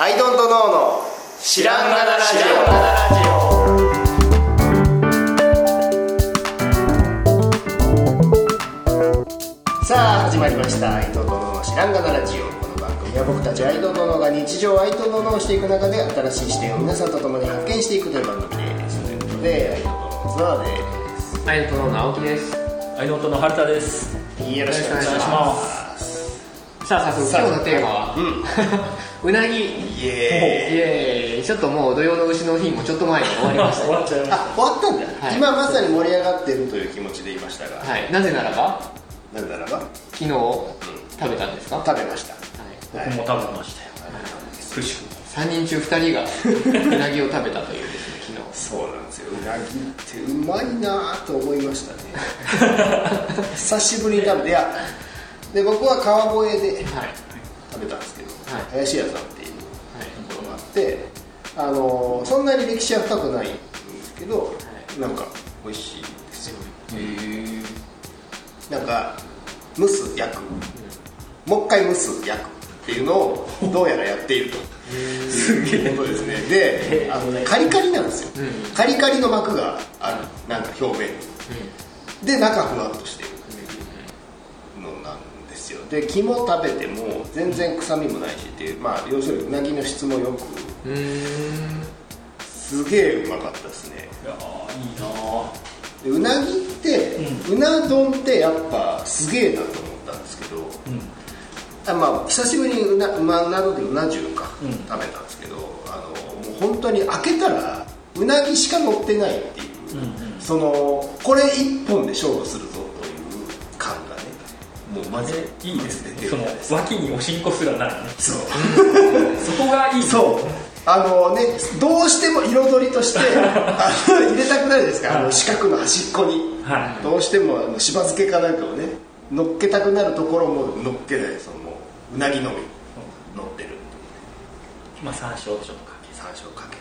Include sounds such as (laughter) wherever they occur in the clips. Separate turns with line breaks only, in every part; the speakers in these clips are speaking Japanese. アイドントノーの知らんがなラジオさあ始まりましたアイドントノーの知らんがなラジオこの番組は僕たちアイドントノーが日常をアイドントノーしていく中で新しい視点を皆さんと共に発見していくという番組ですということでアイドントノーのツアーです
アイドルの直樹です
アイドントの春田です。
よろしくお願いし
お願いし
ま
ます
さあ早速
さあ
今日のテーマは、うなぎ
イ
イ
エーイ
エーイちょっともう土曜の牛の日もちょっと前に終わりまし
終わっちゃいまし
あ終わったんだ、
はい
今まさに盛り上がってるという気持ちで言いましたが
たはいなぜならば
なぜならば
昨日食べたんですか、はい、
食べました
た。僕も食べましたよ。くしくも。
3人中2人がうなぎを食べたというですね昨日
そうなんですようなぎってうまいなぁと思いましたね
(laughs)
久しぶりに食べていやで僕は川越で
はいはい
食べたんですけど、
はい
林家さんっていうところがあってあのーそんなに歴史は深くないんですけど、なんか美味しいですよなんか蒸す焼く、もう一回蒸す焼くっていうのをどうやらやっているとすげえことですねであのねカリカリなんですよ、
うん
カリカリの膜があるなんか表面にで中ふわっとしてるのなんですよで肝食べても全然臭みもないしっていうまあ要するにうなぎの質もよく
うんうーん
すげえうまかったですね
いやーいいなー
でうなぎって、うな丼ってやっぱすげえなと思ったんですけど、
う
あまあ久しぶりにうな,、まあ、うな丼でうな重か、
うん
食べたんですけどあのもう本当に開けたらうなぎしか乗ってないっていう、
うんうん
そのこれ一本で勝負するぞという感がねもうマジ
ん。いいですね。
そ
その脇におしんこすらない。
そう
そこがいい。
そうあのねどうしても彩りとしてあの入れたくないですかあの四角の端っこに、
はい
どうしてもあのしば漬けかなんかをね乗っけたくなるところも乗っけないそのもううなぎのみ乗ってる
まあ山椒ちょっとかけ。
山椒かけ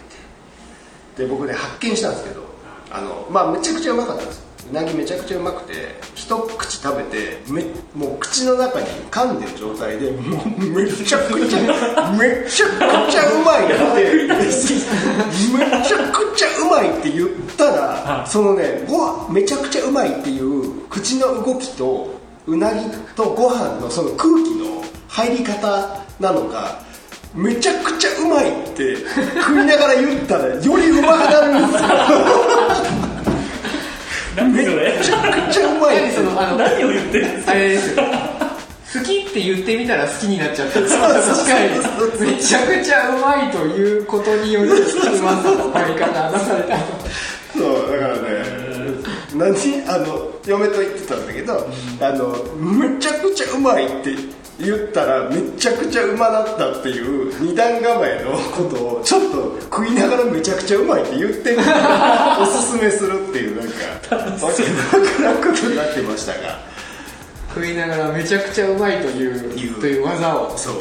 てで僕ね発見したんですけどあのまあめちゃくちゃうまかったんですようなぎめちゃくちゃうまくて一口食べてめもう口の中に噛んでる状態でもうめちゃくちゃめちゃくちゃうまいなってめちゃくちゃうまいって言ったら
い
そのねご飯めちゃくちゃうまいっていう口の動きとうなぎとご飯のその空気の入り方なのかめちゃくちゃうまいって食いながら言ったらよりうまくなるんですよ
何それ
め。ちゃくちゃうまい
何そのあの
何を言ってるんですか。
あれですよ好きって言ってみたら好きになっちゃった確
そうそう
かにめちゃくちゃうまいということによるうまさの使い方なされた
そうだからね何あの嫁と言ってたんだけど、あのむちゃくちゃうまいって言ったらめちゃくちゃうまだったっていう二段構えのことをちょっと食いながらめちゃくちゃうまいって言
(laughs)
ってみておすすめするっていうなんかわけのわからんことになってましたが
食いながらめちゃくちゃうまいとい
言う
うという技を
そう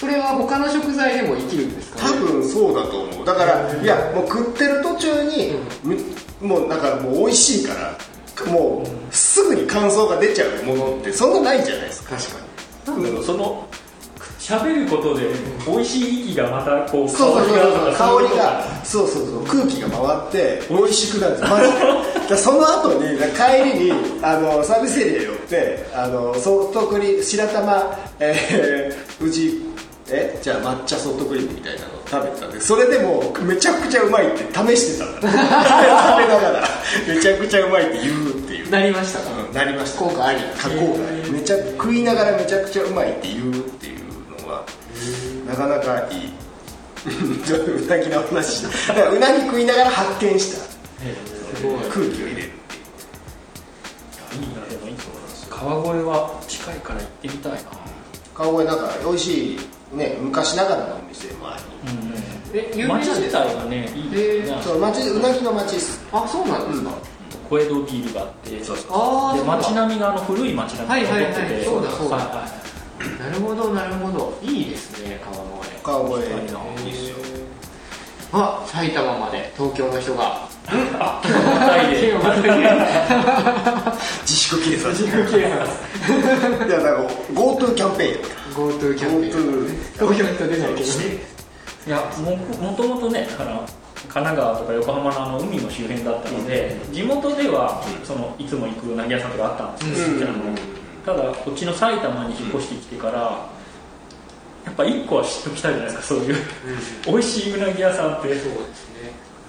これは他の食材でも生きるんですか
多分そうだと思うだから、いやもう食ってる途中に、むもうだからもう美味しいからもうすぐに感想が出ちゃうものってそんなないじゃないですか
確かに
なんだろうその喋ることで美味しい息がまたこう
そうそうそうそう
香
香
り
り
が。
がそうそうそう空気が回って美味しくなるんですマジでだからその後にだから帰りにあのサービスエリア寄ってあのソフトクリーム白玉えー、宇治えじゃあ抹茶ソフトクリームみたいなの食べてたんでそれでもめちゃくちゃうまいって試してたんだ食べながらめちゃくちゃうまいって言うっていう
なりましたか
うんなりました
効果あり
加工がめちゃ食いながらめちゃくちゃうまいって言うっていうのはなかなかいいちょっとうなぎの話だから (laughs) うなぎ食いながら発見した
すごい
空気を入れる
いいなでもいいと思います。川越は近いから行ってみたいな。
川越なんか美味しいね昔ながらのお店もあり
え有名なん
街
で
自
すか
体がねいい
へー
ね
そう町うなぎの町です
あそうなんですか
小江戸ビールがあって
そうそう
ああ
で街並みがあの古い街並みが残ってて、
はいはいはいそうだそうだ
はいはい
なるほどなるほどいいですね川越
川越
近いない
いっすよ
あ埼玉まで東京の人が
あ高いで
自粛警察い
自警察
やだから GoTo キャンペーンや
GoTo キャンペーン
GoTo
東京の人出ないけどね
(laughs) いやもくもともとねあの神奈川とか横浜のあの海の周辺だったので、地元ではそのいつも行くうなぎ屋さんとかあったんですよ、
うん
ちっちゃなのただこっちの埼玉に引っ越してきてから、やっぱ一個は知っておきたいじゃないですかそういう、 (laughs) 美味しいうなぎ屋さんって
そうですね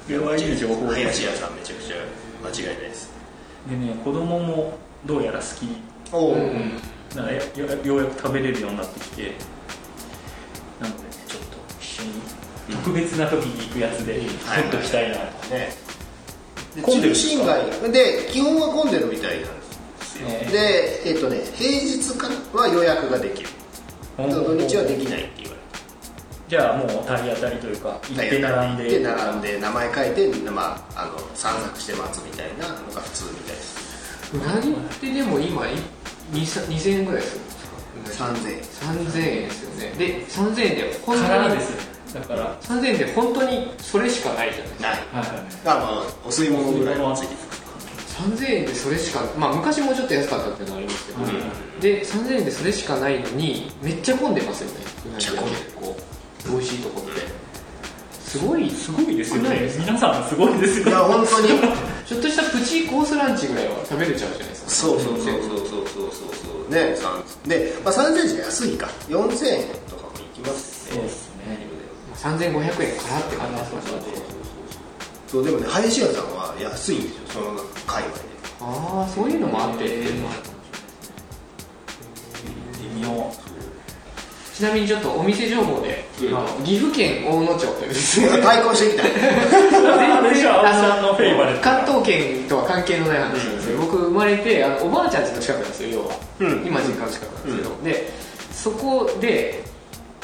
これはいい情報で
林家さんめちゃくちゃ間違いないです
でね子供もどうやら好き
おう
うん
なんかよようやく食べれるようになってきてなのでねちょっと一緒に特別な時に行くやつで
はい
取っときたいなと、
ねで
混んでる
中心街で基本は混んでるみたいなんです
えー
でえっとね平日かは予約ができる
ほ
土
んと
日はできないって言わ
じゃあもう体当たりというか行
れ
ってて並ん
行って
で
並んで名前書いて、まあ、あの散策して待つみたいなのが普通みたいです
うなぎってでも今いにさ2000円ぐらいするんですか
3000円
3000円ですよねで3000円で本
か
当
ら
に
ですよだからはい
3000円で本当にそれしかないじゃない
ない
はい
まあまあお吸い物ぐらい
お吸い物は
ついて
3000円でそれしかまあ昔もうちょっと安かったっていうのはありますけど、で3000円でそれしかないのにめっちゃ混んでますよねうなぎは結構美味しいとこってすごい
すごいですよ
少な
ね
いです
皆さんすごいですよ
くるいや本当に
ちょっとしたプチコースランチぐらいは食べれちゃうじゃないですか
そうそうそうそうそうそうそうそうね三で、まあ、3000円じゃ安いか4000円とかもいきます
そうですね
3500円からって感じです
そうそうそ
そ
う
うでもね林家さんは安いんですよその界隈で
ああそういうのもあってっていうのは
微妙
ちなみにちょっとお店情報で、あの岐阜県大野町というですね
対抗してきた
私は青木さんのフェイバレット
関東圏とは関係のない話なんですけど、僕生まれてあのおばあちゃん家の近くなんですよ要は、
うん
今実家の近くなんですけど、でそこで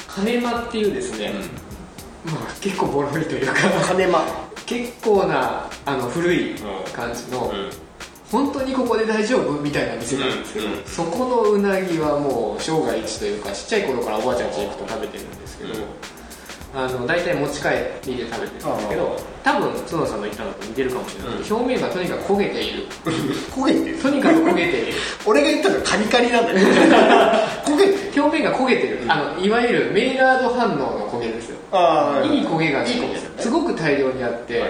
金間っていうですね、まあ結構ボロいというか
金間
結構なあの古い感じの、本当にここで大丈夫みたいな店なんですけど、
うんうん
そこのうなぎはもう生涯一というかちっちゃい頃からおばあちゃん家行くと食べてるんですけど、あの大体持ち帰りで食べてるんですけど多分角田さんの言ったのと似てるかもしれない、表面がとにかく焦げている
焦げてる
とにかく焦げている
俺が言ったのはカリカリなんだよ焦げてる
表面が焦げてる、あのいわゆるメイラード反応の焦げですよ
あ
いい焦げが
いい焦げですよね
すごく大量にあって、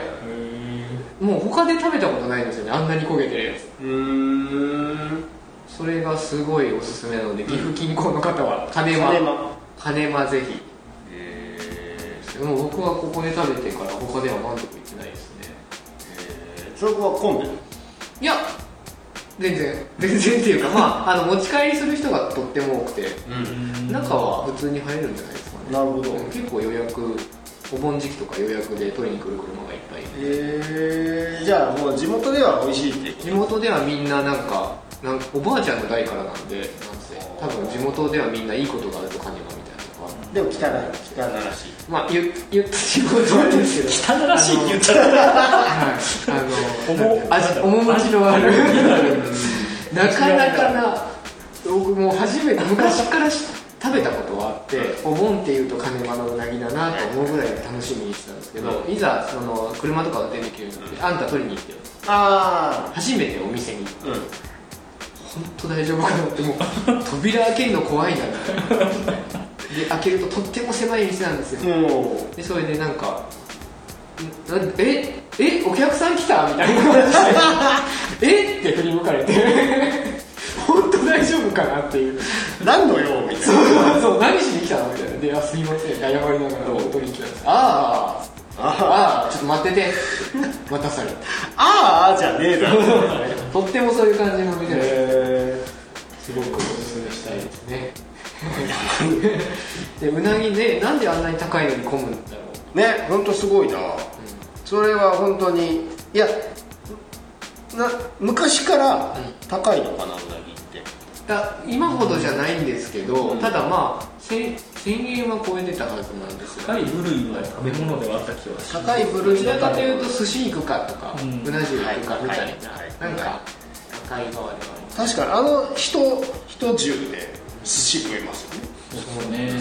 もう他で食べたことないんですよねあんなに焦げてるやつ
うーん
それがすごいおすすめなので岐阜近郊の方は金間
金間
金間ぜひでも僕はここで食べてから他では満足いってないですね
そこは混んでる
いや全然全然っていうかま (laughs) ああの持ち帰りする人がとっても多くて、中は普通に入れるんじゃないですかね
なるほど
うん結構予約お盆時期とか予約で取りに来る車がいっぱいい
え
る
ー、じゃあもう地元では美味しいって
地元ではみんななんかなんおばあちゃんの代からなんでなんせ多分地元ではみんないいことがあるとカニマみたいなのがある
でも汚い汚いらしい
まあ言言ってしまうとあれです (laughs) けど
汚らしいって言っちゃった
はい、あの、 (laughs)
重
味、重持ちのある。なかなかな、僕も初めて、昔からし食べたことはあって、お盆っていうと金間のうなぎだなと思うぐらい楽しみにしてたんですけど、いざ、その、車とかが出てきてるので、あんた取りに行ってよ。
あ
初めてお店に行って、
うん
本当大丈夫かなって、も (laughs) う、扉開けるの怖いなみたいな。で、開けるととっても狭い店なんですよ。
あも
でそれでなんか「んなんええお客さん来た?」みたいな (laughs) 感じで「えっ?」て振り向かれて (laughs) 「本当大丈夫かな?」っていう
う何の用みたいな
「そう何しに来たの?」みたいな「であすいません」謝りながら取りに来たんです「あーあーあーちょっと待ってて」待たされた
あーあーじゃねえだろ
とってもそういう感じのみたいな
え
すごくおすすめしたいですね (laughs) でうなぎねなんであんなに高いのに混むんだろう
ー、ね本当すごいな、それは本当にいやな昔から高いのかなうなぎって
だ今ほどじゃないんですけど、ただまあ1000円は超えてたはずなんですよ
高い部類の食べ物ではあった気はし
高いブル
ど
ー
ちらかというと寿司行くかとか、
うん
うな重行くかみたいな、
はい
なん
は
か高い側では
確かにあの人人銃で寿司食えますよね
そうね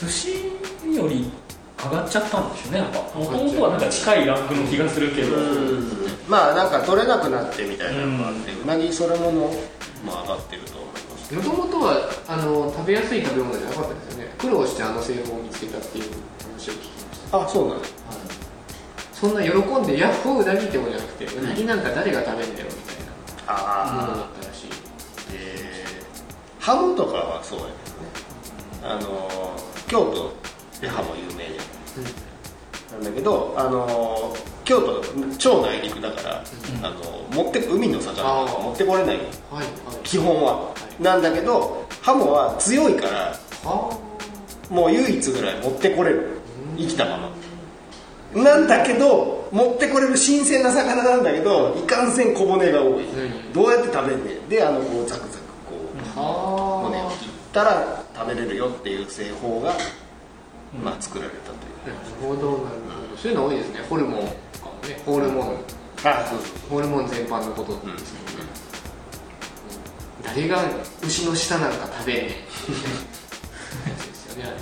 寿司より上がっちゃったんでしょうねやっぱもともとはなんか近いランクの気がするけど
まあなんか取れなくなってみたいなのがあって、うなぎそれものも上がってると思います
もともとはあの食べやすい食べ物じゃなかったですよね苦労してあの製法を見つけたっていう話話を聞きました
あそうなの
そんな喜んで「ヤッホーうなぎ」ってことじゃなくてうなぎなんか誰が食べんだよみたいなものだ
ああ
ったらしい
え
ハムとかはそうやねあの京都
ーで歯も有名で
なんだけどあの京都超内陸だから、あの持って海の魚とか持ってこれない
はいはい
基本はなんだけどハモは強いから
は
もう唯一ぐらい持ってこれる生きたままなんだけど持ってこれる新鮮な魚なんだけどいかんせん小骨が多い、
ん
どうやって食べんねんであのこうザクザクこう
あは
骨を
あ
切ったら食べれるよっていう製法が、まあ、作られたという
なるほどなるほどそういうの多いですねホルモンとかもねホルモン
あそうそう
ホルモン全般のことですけどね、誰が牛の舌なんか食べんねん (laughs) ですよねあれは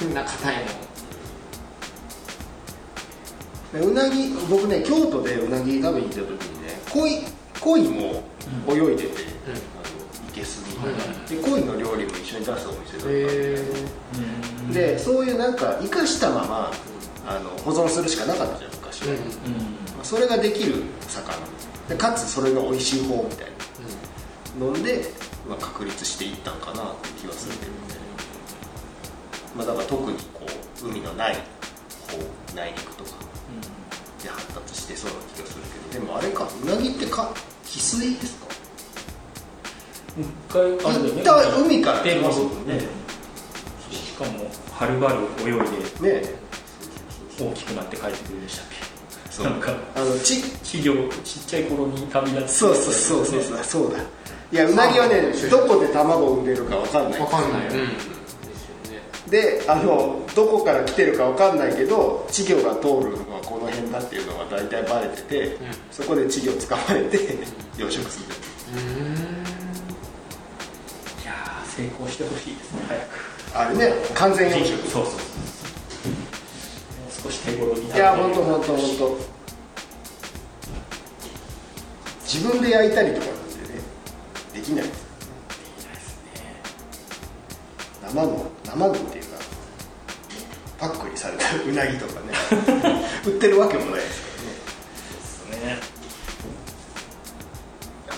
そんな硬いもん
でうなぎ僕ね京都でうなぎ食べに行った時にね鯉鯉も泳いでて、
うん
あのいけすに、
うん
で鯉の料理も一緒に出すお店だったんで
へ
うん
でそういうなんか生かしたままあの保存するしかなかったじゃん昔は、
うん
うん
それができる魚でかつそれが美味しい方みたいなので、まあ、確立していったんかなって気はするけどね、まあ、だから特にこう海のないこう内陸とかで発達してそうな気がするけどでもあれかうなぎってか翡翠ですか
一回あれだよね
一旦海から
出
来
ま
ますす
も
も
ん
ん
ね
ね
しかもはるばる泳いで
ね
大きくなって帰ってくるんでしたっけ
そう
なんか
あのち
企業ちっちゃい頃に旅立つ
そうそうそうそうそう
ね
そうだいやうなぎはねどこで卵を産んでるか分かんない
分かんない、うん、ですよね
であのどこから来てるか分かんないけど稚魚が通るのはこの辺だっていうのが大体バレてて、
ん
そこで稚魚捕まえて養殖する
いやー成功してほしいですね早く
あれね完全養
そう
殖
そうそうもう少し手頃に食べ
い
れる
や本当本当本当自分で焼いたりとかなんてねできないです生の生のっていうかパックにされたうなぎとかね売ってるわけもないですからね
ねあ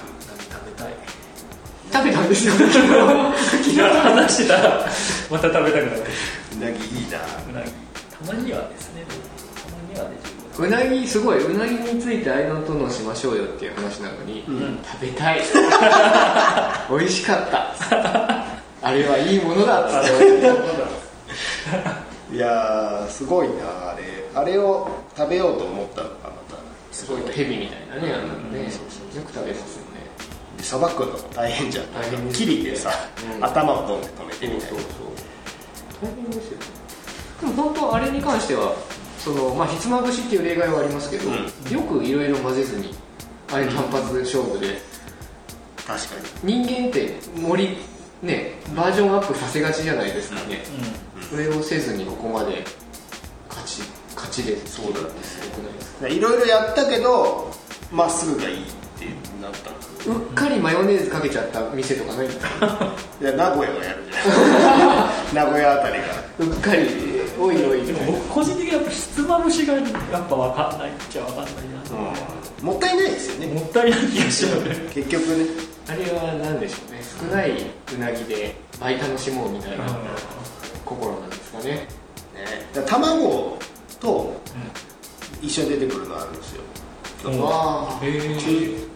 食べたい
食べたんですよ昨
昨日話してたらまた食べたくなって
うなぎいいな
うなぎたまにはですねたまにはね
(laughs) うなぎすごいうなぎについてあいのとのしましょうよっていう話なのに、食べた (laughs) い美味しかったあれはいいものだっつって
いやーすごいなあれあれを食べようと思ったのがまた
すごい蛇みたいなねあのねよく食べますよね
でさばくのも大変じゃん
大変です
切りでさ、
うん
頭をドンで止めてみたいな
大変ですよねでも本当あれに関してはそのまあひつまぶしっていう例外はありますけど、
う
よくいろいろ混ぜずにあれ単発勝負で、
確か
人間って森ねバージョンアップさせがちじゃないですかね、それをせずにここまで勝ち勝ちでそうだすごくないですか
にいろいろやったけどまっすぐがいいってなったの
うっかりマヨネーズかけちゃった店とかないんです (laughs) か
いや名古屋がやるじゃん名古屋あたりが
うっかりおいおいみ
で
たい
も
な
僕個人的にやっぱひつまぶしがやっぱ分かんないっちゃ分かんない
うんもったいないですよ
な
ね
もったいない気がしちゃうね
結局ね
あれは何でしょうね少ないうなぎで倍楽しもうみたいな心なんですかね
ねだから卵と一緒に出てくるのあるんですよ
うん
わあ
へえ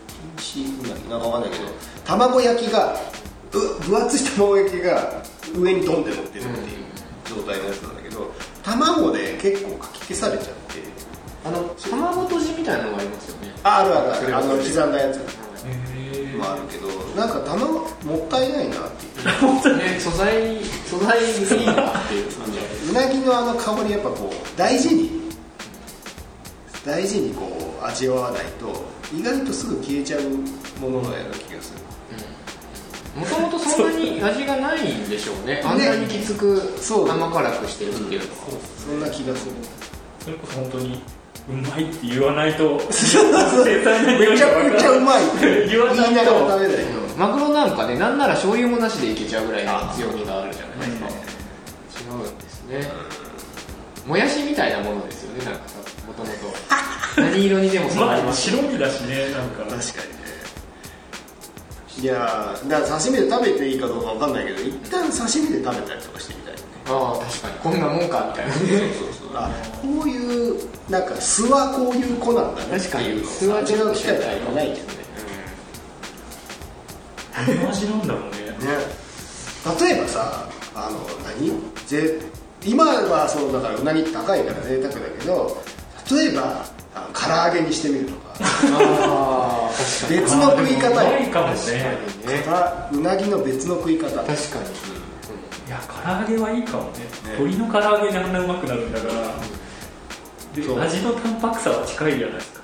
シーフードなんかわかんないけど卵焼きがう分厚い卵焼きが上に飛んで乗ってるっていう状態のやつなんだけど卵で結構かき消されちゃって
あの卵とじみたいなのがありますよね
ああるあるあるあの刻んだやつ
へ
もあるけどなんか卵もったいないなっていう
ね素材素材いいなっていう感じは
うなぎのあの香りやっぱこう大事に大事にこう味わわないと意外とすぐ消えちゃうもののような気がする
もともとそんなに味がないんでしょうねあんなにきつく
そう
甘辛くしてるっていうのは
そんな気がする (laughs)
それこそ本当にうまいって言わないと
めちゃくちゃうま
(laughs)
いって
言わないと
言いながら食べないと
マグロなんかねなんなら醤油もなしでいけちゃうぐらいの強みがあるじゃないですか違うんですねもやしみたいなものですよねなんかさもともと何色にでも染まり
まあ
ます
白身だしねなんか (laughs)
確かにねいやーだから刺身で食べていいかどうかわかんないけど一旦刺身で食べたりとかしてみたいね
ああ確かにこんなもんかみたいな
あこういうなんか素はこういう子なんだね
確か
っていう
に
の
素は
違
ちょっ
う
と
機
知
会
り
と
たい
かないけどね
どんな味なんだろうね
ね例えばさあの何ぜ今はそうだからうなぎ高いから贅沢だけど例えばあの唐揚げにしてみるとか
ああ
(laughs) 別の食い方
あでも
よ
ないかもね
確かにね
あうなぎの別の食い方
確かに、
いや唐揚げはいいかもね鶏の唐揚げであんなうまくなるんだから、
そう
で味の淡白さは近いじゃないですか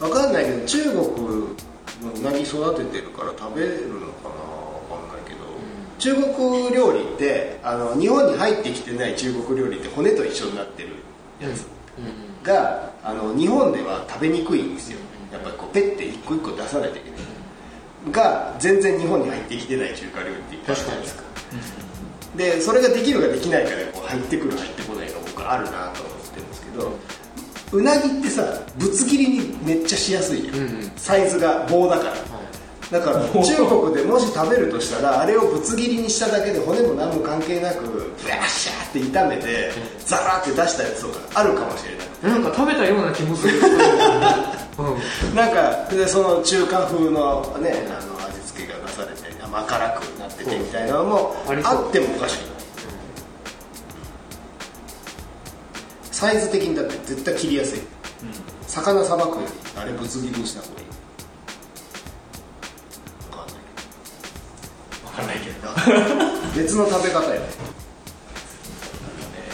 多分
わかんないけど中国のうなぎ育ててるから食べるのかなわかんないけど、中国料理ってあの日本に入ってきてない中国料理って骨と一緒になってるやつが、あの日本では食べにくいんですよやっぱりこうペッて一個一個出さないといけないが全然日本に入ってきてない中華料理っていっぱいあるじゃないですかでそれができるかできないかでこう入ってくる入ってこないが僕あるなと思ってるんですけどうなぎってさぶつ切りにめっちゃしやすいよ、
んうん
サイズが棒だから、だから
棒
中国でもし食べるとしたらあれをぶつ切りにしただけで骨も何も関係なくブラッシャーって炒めてザラーって出したやつとかあるかもしれない
なんか食べたような気もす (laughs) る、うん、
なんかでその中華風のねあの味付けがなされて甘辛くなっててみたいなのも
そうありそう
あってもおかしくない、サイズ的にだって絶対切りやすい、魚さばくよりあれぶつ切りにした方がいいわかんない
分かんないけど
けどだから別の食べ方
(laughs)
よね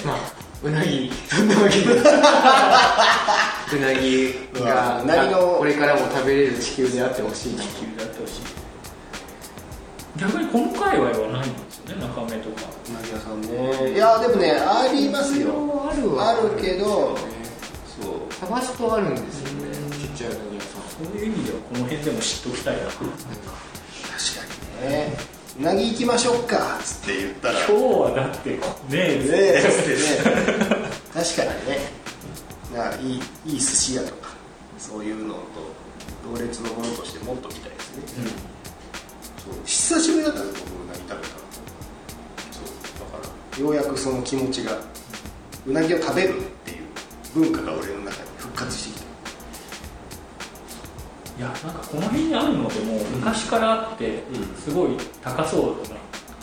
まあうなぎそんなわけでうなぎが
うなぎの
これからも食べれる地球であってほしいな
地球であってほしい逆にこの界隈はないんですよね中目とか
うなぎ屋さんねいやでもねありますよ
あるわ
あるけどそう
探すとあるんですよねちっちゃいうなぎ屋さん
そういう意味ではこの辺でも知っておきたいな今
確かにねうなぎ行きましょうかっつって言ったら
日はだってね
ねえっつってね確かにねなんかいいいい寿司屋とかそういうのと同列のものとして持っときたいですね、そう久しぶりだったの僕うなぎ食べたのそうだからようやくその気持ちがうなぎを食べるっていう文化が俺の中に復活してきた
いやなんかこの辺にあるのでもう昔からあって
うん
すごい高そうな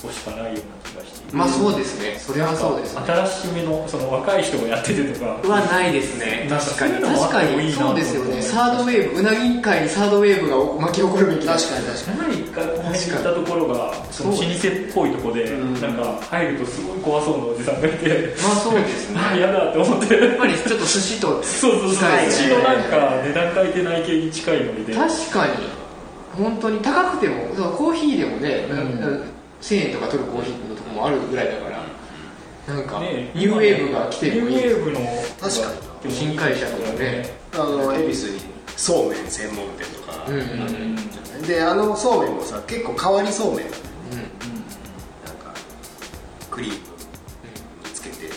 とこしかないような気がしている
まあそうですねそれはそうですね
新しめのその若い人がやっててとか
はないですね
なんか
確かに
そういうのもあっ
確
ても
か
いい
に
な
そうですよ
と思
ね
って
サードウェーブうなぎ界にサードウェーブが巻き起こるべきだ
に確
かなり一回この辺に行ったところがその老舗っぽいとこでなんか入るとすごい怖そうなおじさんがいて
まあそうですね
あ嫌だって思って
やっぱりちょっと寿司と
そうそうそうう
近いね
ちのなんか値段書いてない系に近いので
確かに本当に高くてもそうコーヒーでもね、
ん
なな1000円とか取るコーヒーのとこもあるぐらいだからなんか、
ね
ニューウェーブが来てもい
ニ
い
ュ
で
ーウェーブの
確かに
でも
新会社とかね
あの恵比寿にそうめん専門店とか、
うんうんうん、うん
うん
であのそうめんもさ結構変わりそうめんなんだよねなんかクリームにつけてみたい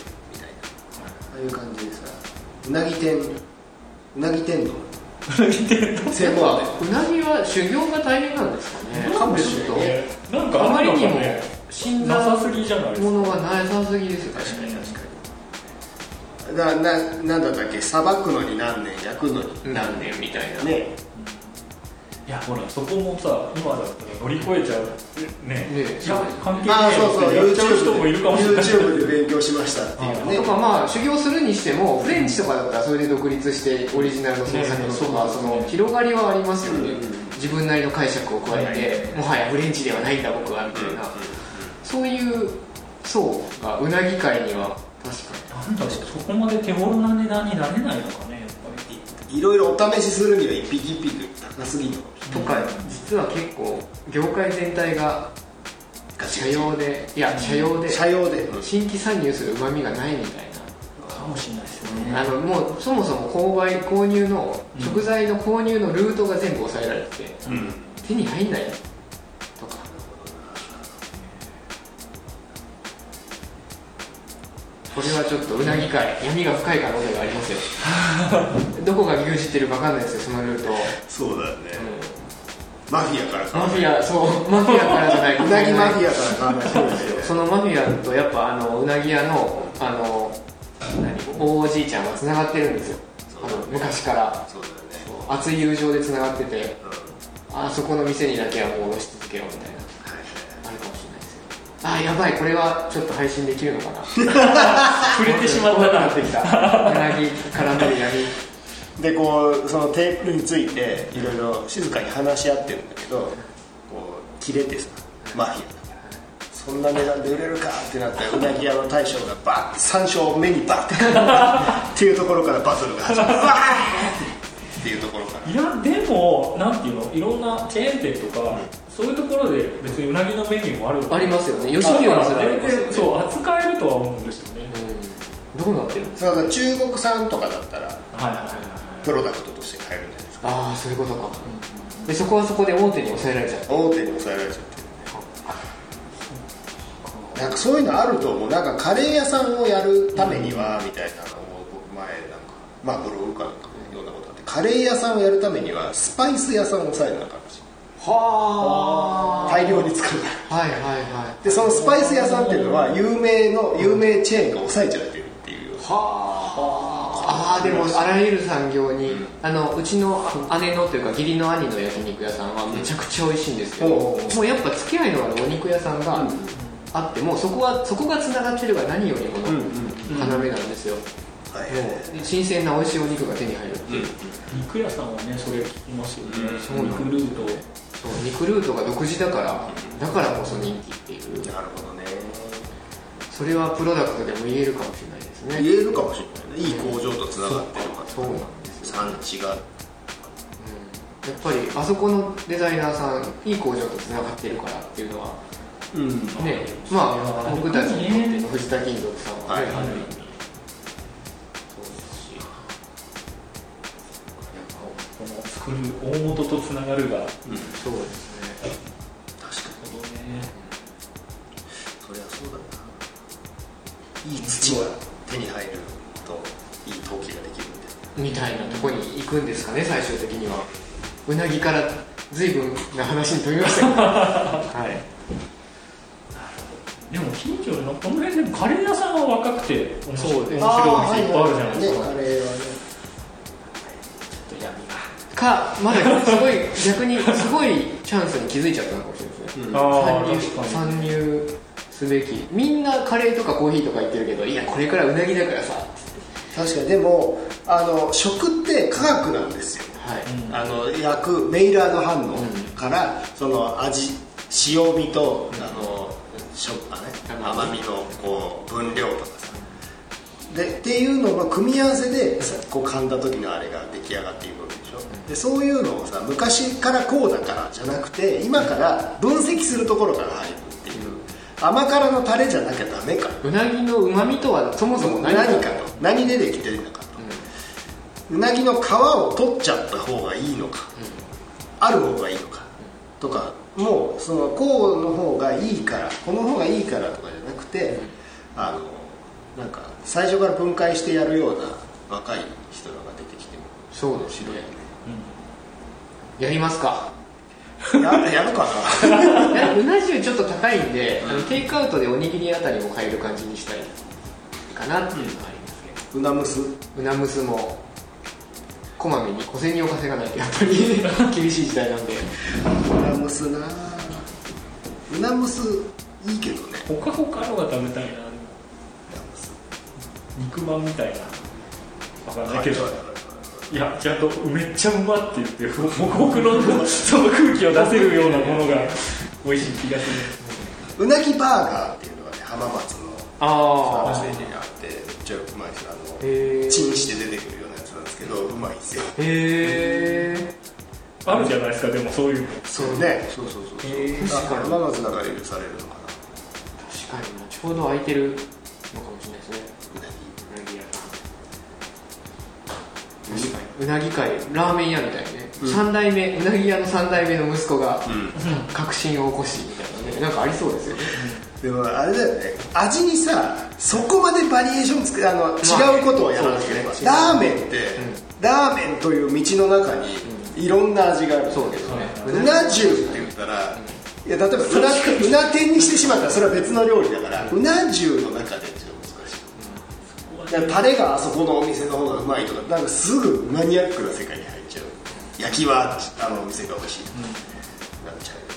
なああいう感じでさうなぎ天うなぎ天丼専門店
うなぎは修行が大変なんですかね
かもしれないね
ちょっと
なんか
あまりにも
ね
死ん
な
だ
さすぎじゃないですか
ものがなさすぎですよ確
確かに確かにだななんだったっけさばくのに何年焼くのに何年みたいなね、
いやほらそこもさ今だったら乗り越えちゃうね
ねえ
いや関係
まあ
ない
そうそう
やっちゃう人
YouTube
も
で
いるかもしれない
YouTube で勉強しましたっていうね
とかまあ修行するにしてもフレンチとかだったらそれで独立してオリジナルの創作のとかその広がりはありますよね自分なりの解釈を加えてもはやフレンチではないんだ僕はみたいなそういう層がうなぎ界には確か
なんだろうそこまで手頃な値段になれないのかねやっぱり
いろいろお試しするには一匹一匹高すぎるの
にとか実は結構業界全体が
ガチ
社
ガチ
用でいや社用で
社用で、
新規参入するうまみがないみたいな
かもしれないですよね
あのもうそもそも購買購入の
うん
食材の購入のルートが全部抑えられてて、
うん
手に入んないとかこれはちょっとうなぎ界闇が深い可能性がありますよどこが牛耳ってるか分かんないですよそのルートを、
そうだよね
うん
マフィアからか
マフィアそうマフィアからじゃない
アうなぎマフ
ア
ィアから考えてるんです
そ
よ
のマフィアとやっぱあのうなぎ屋のあの何おじいちゃんはつながってるんですよあの昔から
そうだよね
熱い友情でつながってて
うん
あそこの店にだけはもう卸し続けろみたいな
はい
あるかもしれないですよあやばいこれはちょっと配信できるのか
(laughs)
な
触れてしまった
怖く
な
なってき (laughs) た柳絡んでる闇
でこうそのテーブルについていろいろ静かに話し合ってるんだけどこう切れてさマフィアだからそんな値段で売れるかってなってうなぎ屋の大将がバーって山椒を目にバーって (laughs) っていうところからバトルが始まるバーっていうところから
いやでもなんていうのいろんなチェーン店とか、そういうところで別にうなぎのメニューもある
ありますよね吉木はそれあり
全
ますよね
然そう扱えるとは思うんですよね、
うんどうなってるんですか
そうだから中国産とかだったら
はいはいはい
プロダクトとして買えるんじゃないですか
ああそういうことか、でそこはそこで大手に抑えられちゃう
大手に抑えられちゃってるなんかそういうのあると思うなんかカレー屋さんをやるためにはみたいなのを僕前なんかまあブログかなんかで読んだことあってカレー屋さんをやるためにはスパイス屋さんを抑えなあかんらしい
は
大量に作る
はいはいはい
でそのスパイス屋さんっていうのは有名の有名チェーンが抑えちゃってるっていうような
はああーでもあらゆる産業に、あのうちのあ姉のというか義理の兄の焼肉屋さんはめちゃくちゃ美味しいんですけど、
うんおうおう
もうやっぱ付き合いのあるお肉屋さんがあって、もうそこはそこがつながってるが何よりもの
うん
要なんですよ、
はい
もう新鮮な美味しいお肉が手に入るっていう、
肉屋さんはねそれ聞きますよね、
そうなの
肉ルート
そう肉ルートが独自だからだからこそ人気っていう
なるほどね
それはプロダクトでも言えるかもしれないですね
言えるかもしれないねいい工場とつながってるから
そうなんですよ、
産地が
うん、やっぱりあそこのデザイナーさんいい工場とつながってるからっていうのは
うん
ねまあ僕たちにとっての藤田金属さんは、
はい
ね
はい
この作る大元とつながるがなる
そうですね
確かに
ほどね
そりゃそうだないい土が手に入るといい陶器ができるんで
みたいなとこに行くんですかね最終的にはうなぎから随分な話に飛びました
(laughs)
けどはい
でも近所のこの辺でもカレー屋さんは若くて面白い
そう
面白いお店いっぱいあるじゃないですか、
ねカレーはね
かまだすごい逆にすごいチャンスに気づいちゃったのかもしれないですね、
ああ
参入
確かに
参入すべきみんなカレーとかコーヒーとか言ってるけどいやこれからうなぎだからさ
確かにでもあの食って科学なんですよ
はい、
あの焼くメイラード反応から、その味塩味と、あのしょあね
甘
甘みのこう分量とかさでっていうのが組み合わせでさこう噛んだ時のあれが出来上がっていくわけでしょでそういうのをさ昔からこうだからじゃなくて今から分析するところから入るっていう甘辛のタレじゃなきゃダメか
うなぎのうまみとはそもそも何
何かと何でできてるのかと、うなぎの皮を取っちゃった方がいいのか、ある方がいいのか、とかもうそのこうの方がいいからこの方がいいからとかじゃなくて、あのなんか最初から分解してやるような若い人らが出てきても
そうですね、やりま
(laughs)
すか
や (laughs) やるかな
(laughs) うな重ちょっと高いんで、あのテイクアウトでおにぎりあたりも買える感じにしたいかなっていうのはありますけど、
うなむす
うなむすもこまめに小銭を稼がないとやっぱり (laughs) 厳しい時代なんで
うなむすなうなむすいいけどね
ほかほかのが食べたいなでも肉まんみたいなわかんないけど、いやちゃんとめっちゃうまって言ってほくほくのその空気を出せるようなものが美味しい気がす
うなぎバーガーっていうのがね浜松の
あ
サービスエリアあってめっちゃうまいですあ
へ
の
ー
チンして出てくるようなやつなんですけどうまいんですよ
へえ
るあるじゃないですかでもそういうの
そうねそうそうそうそう、
へー
だから浜松だから許されるのかな
確かになちょうど空いてるのかもしれないですね
うな
うなぎ屋
ぎう
うなぎ界ラーメン屋みたいね、三代目うなぎ屋の3代目の息子が
ん
革新を起こしみたいなねなんかありそうですよね、
でもあれだよね味にさそこまでバリエーションつくあの違うことをやらなければ、
そうですね
ラーメンって、ラーメンという道の中にいろんな味がある
そうですね
うな重って言ったら、いや例えばうなうな天にしてしまったらそれは別の料理だから、うな重の中でっていうのは難しいだからタレがあそこのお店の方がうまいとかなんかすぐマニアックな世界に入っちゃう焼きはあのお店が美味しいとか、なっちゃうよね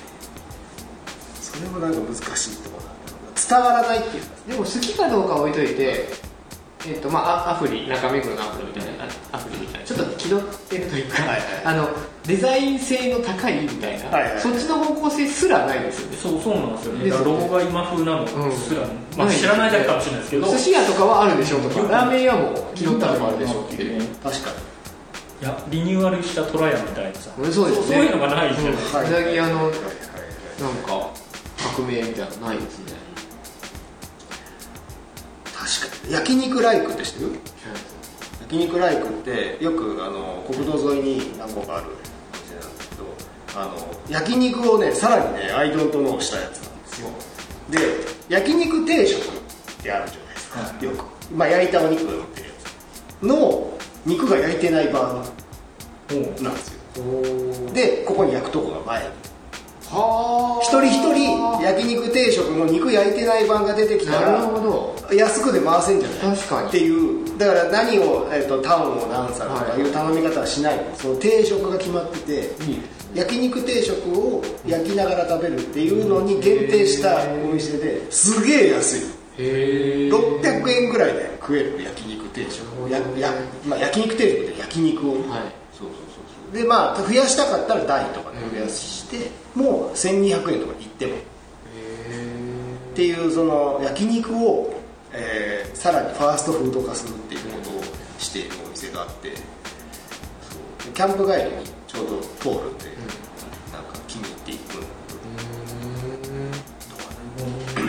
それもなんか難しいところなんだろうな伝わらないっていうか
でも好きかどうかは置いといて、えっとまあ、あアフリ中目黒のアフリみたいなあアフリみたいなちょっと気取ってるというか、
はいはい
あのデザイン性の高いみたいな、
はいはい
そっちの方向性すらないですよね
そうそうなんですよ
で
ねだ
すよ
か
ね
らロゴが今風なのすら、まあ、
ない
知らないだけかもしれないですけど
寿司屋とかはあるでしょとかラーメン屋も気取ったとこあるでしょっ
ってて
い
いうう
確かに
いやリニューアルしたトラヤみたいなさ
うんそうですね
そういうのがないじゃないです
うなぎ屋の
はい
なんか
はいはい
革命みたいなのないですね
確かに焼肉ライクって知ってる焼肉ライクってよくあの国道沿いに何個かあるお店なんですけどあの焼肉をねさらにねアイドントノーしたやつなんですよで焼肉定食ってあるじゃないですか、よく、まあ、焼いたお肉が売ってるやつの肉が焼いてないバー
もう
なんですよ
おー
でここに焼くとこが前に
はあ
一人一人焼肉定食の肉焼いてない版が出てきた
なる
ら
ほど
安くで回せんじゃない
確かに
っていうだから何を、えっとタウンを何皿とかいう頼み方はしない、その定食が決まってて
いいです
焼肉定食を焼きながら食べるっていうのに限定したお店ですげえ安い
へえ
600円ぐらいで食える焼肉定食やや、まあ、焼肉定食で焼肉を、
はい
そうそうそうそうでまあ増やしたかったら台とかで増やして、もう1200円とかいってもっていうその焼肉を、えーさらにファーストフード化するっていうことをしているお店があってそうでキャンプ帰りにちょうど通るんで、なんか気に入っていくんだけ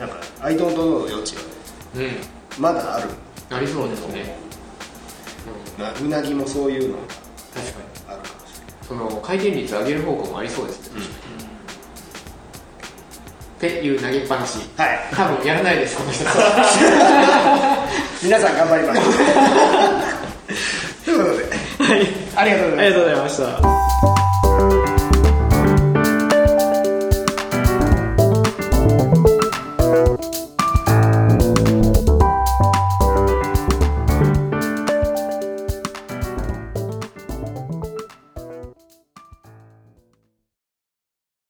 どなんかアイドントノーの余地がね
うん
まだある
なりそうですね
なうなぎもそういうのが
確かに
あるかもしれない
その回転率上げる方向もありそうですね、っていう投げっぱなし
はい
多分やらないですこ (laughs) の人
皆さん頑張りまし (laughs) ょうということで
ありがとうございました